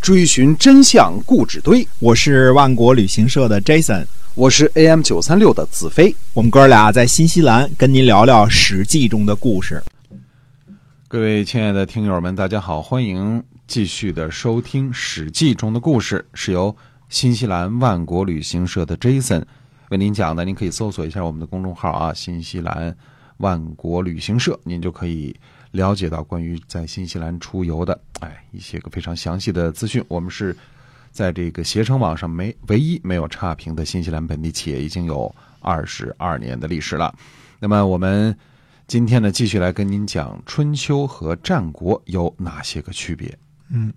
追寻真相故纸堆。我是万国旅行社的 Jason，我是 AM 九三六的子飞。我们哥俩在新西兰跟您聊聊《史记》中的故事。各位亲爱的听友们，大家好，欢迎继续的收听《史记》中的故事，是由新西兰万国旅行社的 Jason 为您讲的。您可以搜索一下我们的公众号啊，新西兰万国旅行社，您就可以了解到关于在新西兰出游的哎一些个非常详细的资讯。我们是在这个携程网上没唯一没有差评的新西兰本地企业，已经有二十二年的历史了。那么我们今天呢，继续来跟您讲春秋和战国有哪些个区别。嗯，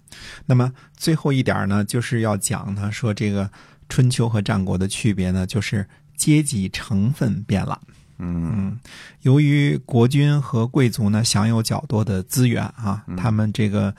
那么最后一点呢，就是要讲呢，说这个春秋和战国的区别呢，就是阶级成分变了。嗯嗯，由于国君和贵族呢享有较多的资源啊，他们这个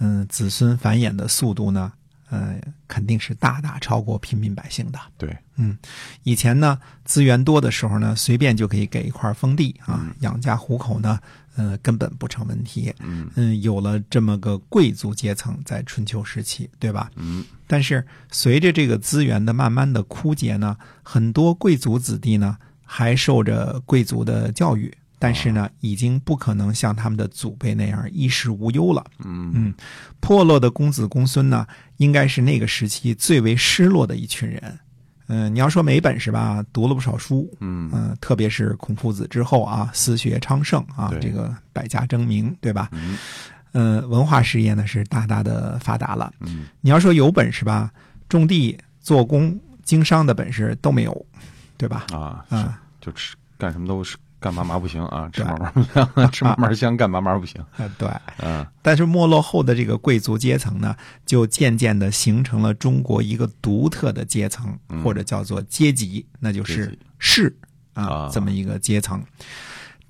嗯、子孙繁衍的速度呢，呃，肯定是大大超过平民百姓的。对，嗯，以前呢资源多的时候呢，随便就可以给一块封地啊，养家糊口呢，呃，根本不成问题。嗯嗯，有了这么个贵族阶层，在春秋时期，对吧？嗯但是随着这个资源的慢慢的枯竭呢，很多贵族子弟呢还受着贵族的教育，但是呢，已经不可能像他们的祖辈那样衣食无忧了。嗯嗯，破落的公子公孙呢，应该是那个时期最为失落的一群人。嗯、你要说没本事吧，读了不少书，嗯嗯、特别是孔夫子之后啊，私学昌盛啊对，这个百家争鸣，对吧？嗯嗯、文化事业呢是大大的发达了。嗯你要说有本事吧，种地、做工、经商的本事都没有，对吧？啊，啊、是就吃干什么都是干嘛嘛不行啊，吃对嘛嘛不香，吃嘛嘛香，干嘛嘛不行。呃对。嗯但是没落后的这个贵族阶层呢，就渐渐的形成了中国一个独特的阶层，嗯或者叫做阶级，那就阶是级士啊啊，这么一个阶层。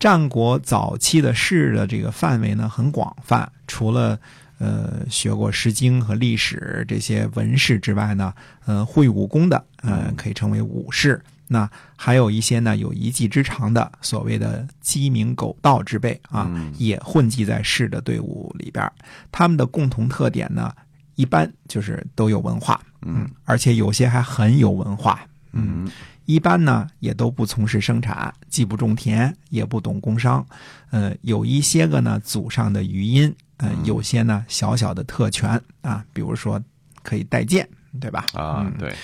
战国早期的士的这个范围呢很广泛，除了呃学过《诗经》和历史这些文士之外呢，呃会武功的，呃嗯可以称为武士。那还有一些呢有一技之长的，所谓的鸡鸣狗盗之辈啊，嗯也混迹在士的队伍里边儿。他们的共同特点呢，一般就是都有文化，嗯，而且有些还很有文化，嗯一般呢也都不从事生产，既不种田，也不懂工商。呃，有一些个呢祖上的余荫，嗯呃，有些呢小小的特权啊，比如说可以代剑，对吧？啊嗯，对，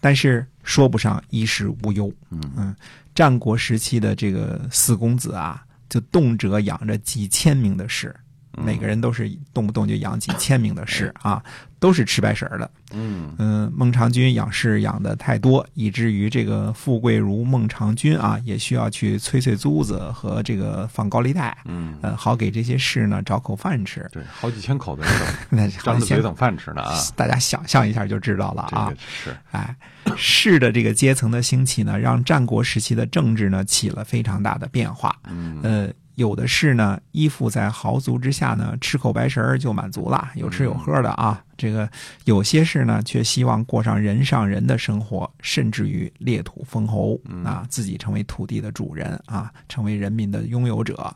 但是说不上衣食无忧。嗯嗯，战国时期的这个四公子啊，就动辄养着几千名的士，嗯每个人都是动不动就养几千名的士哎啊，都是吃白食儿的。嗯嗯，孟尝君养士养的太多，以至于这个富贵如孟尝君啊，也需要去催催租子和这个放高利贷，嗯，呃，好给这些士呢找口饭吃。对，好几千口子人 等那张着先嘴等饭吃呢啊，大家想象一下就知道了这啊个。是哎，士的这个阶层的兴起呢，让战国时期的政治呢起了非常大的变化。嗯呃，有的士呢依附在豪族之下呢，吃口白食儿就满足了，有吃有喝的啊。这个有些士呢，却希望过上人上人的生活，甚至于裂土封侯啊，自己成为土地的主人啊，成为人民的拥有者。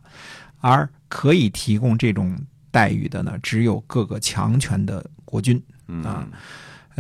而可以提供这种待遇的呢，只有各个强权的国君。嗯啊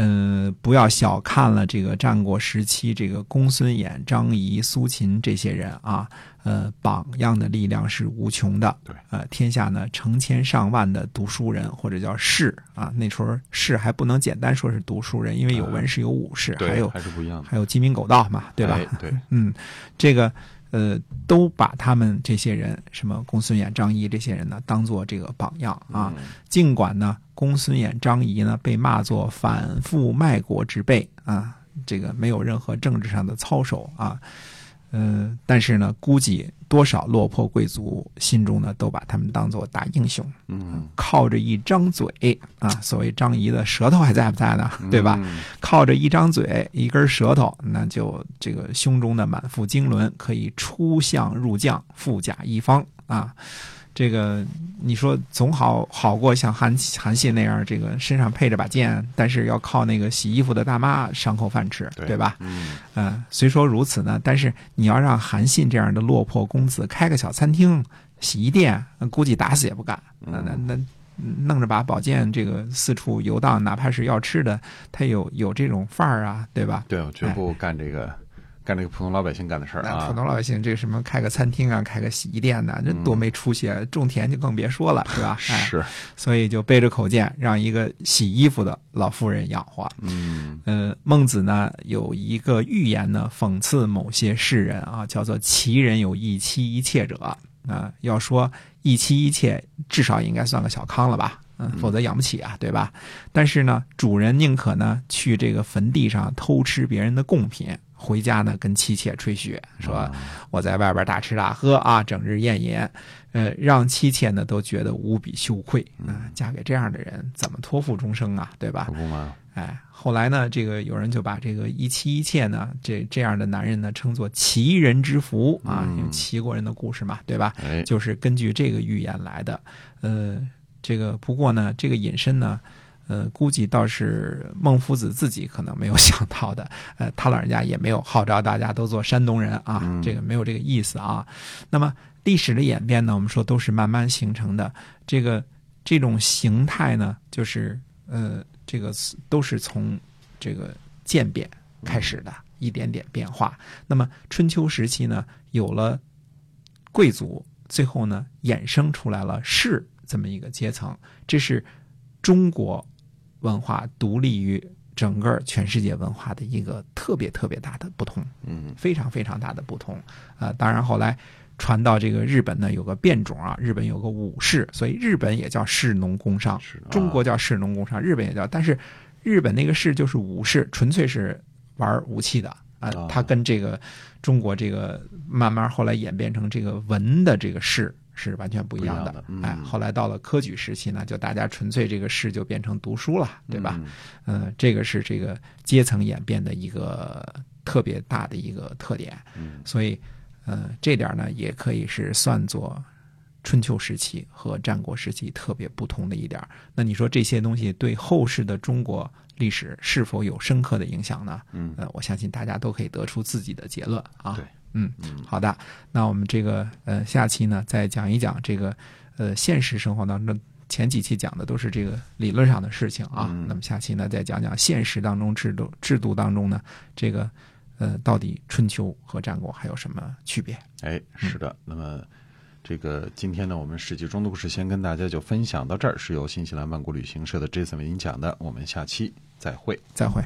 嗯，不要小看了这个战国时期这个公孙衍、张仪、苏秦这些人啊，呃，榜样的力量是无穷的。对，呃，天下呢成千上万的读书人或者叫士啊，那时候士还不能简单说是读书人，因为有文士、有武士，还嗯对，有还是不一样的，还有鸡鸣狗盗嘛，对吧？哎对，嗯，这个呃，都把他们这些人，什么公孙衍、张仪这些人呢，当做这个榜样啊。嗯尽管呢，公孙衍、张仪呢被骂作反复卖国之辈啊，这个没有任何政治上的操守啊。呃，但是呢，估计多少落魄贵族心中呢，都把他们当做大英雄，嗯，靠着一张嘴啊，所谓张仪的舌头还在不在呢，对吧？嗯？靠着一张嘴、一根舌头，那就这个胸中的满腹经纶可以出相入将，富甲一方啊。这个你说总好好过像韩韩信那样，这个身上配着把剑，但是要靠那个洗衣服的大妈赏口饭吃，对对吧？嗯呃，虽说如此呢，但是你要让韩信这样的落魄公子开个小餐厅、洗衣店，呃估计打死也不干。那那那弄着把宝剑这个四处游荡，哪怕是要吃的，他有有这种范儿啊，对吧？对，我绝不干这个，干这个普通老百姓干的事儿那啊普。通老百姓，这什么开个餐厅啊，开个洗衣店呐、这多没出息！啊！种田就更别说了，是吧？哎， 是，所以就背着口剑，让一个洗衣服的老妇人养活。嗯，呃，孟子呢有一个寓言呢，讽刺某些世人啊，叫做“其人有一妻一妾者”啊、要说一妻一妾，至少应该算个小康了吧？嗯，否则养不起啊，对吧？但是呢，主人宁可呢去这个坟地上偷吃别人的贡品，回家呢跟妻妾吹嘘，啊说我在外边大吃大喝啊，整日宴饮，呃，让妻妾呢都觉得无比羞愧啊、嫁给这样的人怎么托付终生啊，对吧可？不嘛，哎，后来呢，这个有人就把这个一妻一妾呢，这这样的男人呢，称作齐人之福啊，嗯因为齐国人的故事嘛，对吧？哎，就是根据这个寓言来的。呃，这个不过呢，这个引申呢，呃，估计倒是孟夫子自己可能没有 想到的。呃，他老人家也没有号召大家都做山东人啊，嗯这个没有这个意思啊。那么历史的演变呢，我们说都是慢慢形成的。这个这种形态呢，就是呃，这个都是从这个渐变开始的，一点点变化。那么春秋时期呢，有了贵族，最后呢衍生出来了士这么一个阶层，这是中国文化独立于整个全世界文化的一个特别特别大的不同。嗯，非常非常大的不同。啊，当然后来传到这个日本呢，有个变种啊，日本有个武士，所以日本也叫士农工商，是的啊中国叫士农工商，日本也叫，但是日本那个士就是武士，纯粹是玩武器的。啊啊，它跟这个中国这个慢慢后来演变成这个文的这个士是完全不一样不的。一样的哎嗯，后来到了科举时期呢，就大家纯粹这个士就变成读书了，对吧？嗯？嗯，这个是这个阶层演变的一个特别大的一个特点。嗯，所以，呃，这点儿呢也可以是算作春秋时期和战国时期特别不同的一点儿。那你说这些东西对后世的中国历史是否有深刻的影响呢？嗯呃，我相信大家都可以得出自己的结论啊。对嗯，好的，那我们这个呃下期呢再讲一讲这个呃现实生活当中。前几期讲的都是这个理论上的事情啊，嗯那么下期呢再讲讲现实当中制度制度当中呢这个呃到底春秋和战国还有什么区别？哎，嗯是的。那么，这个今天呢，我们史记中的故事先跟大家就分享到这儿，是由新西兰万国旅行社的 Jason 为您讲的。我们下期再会。再会。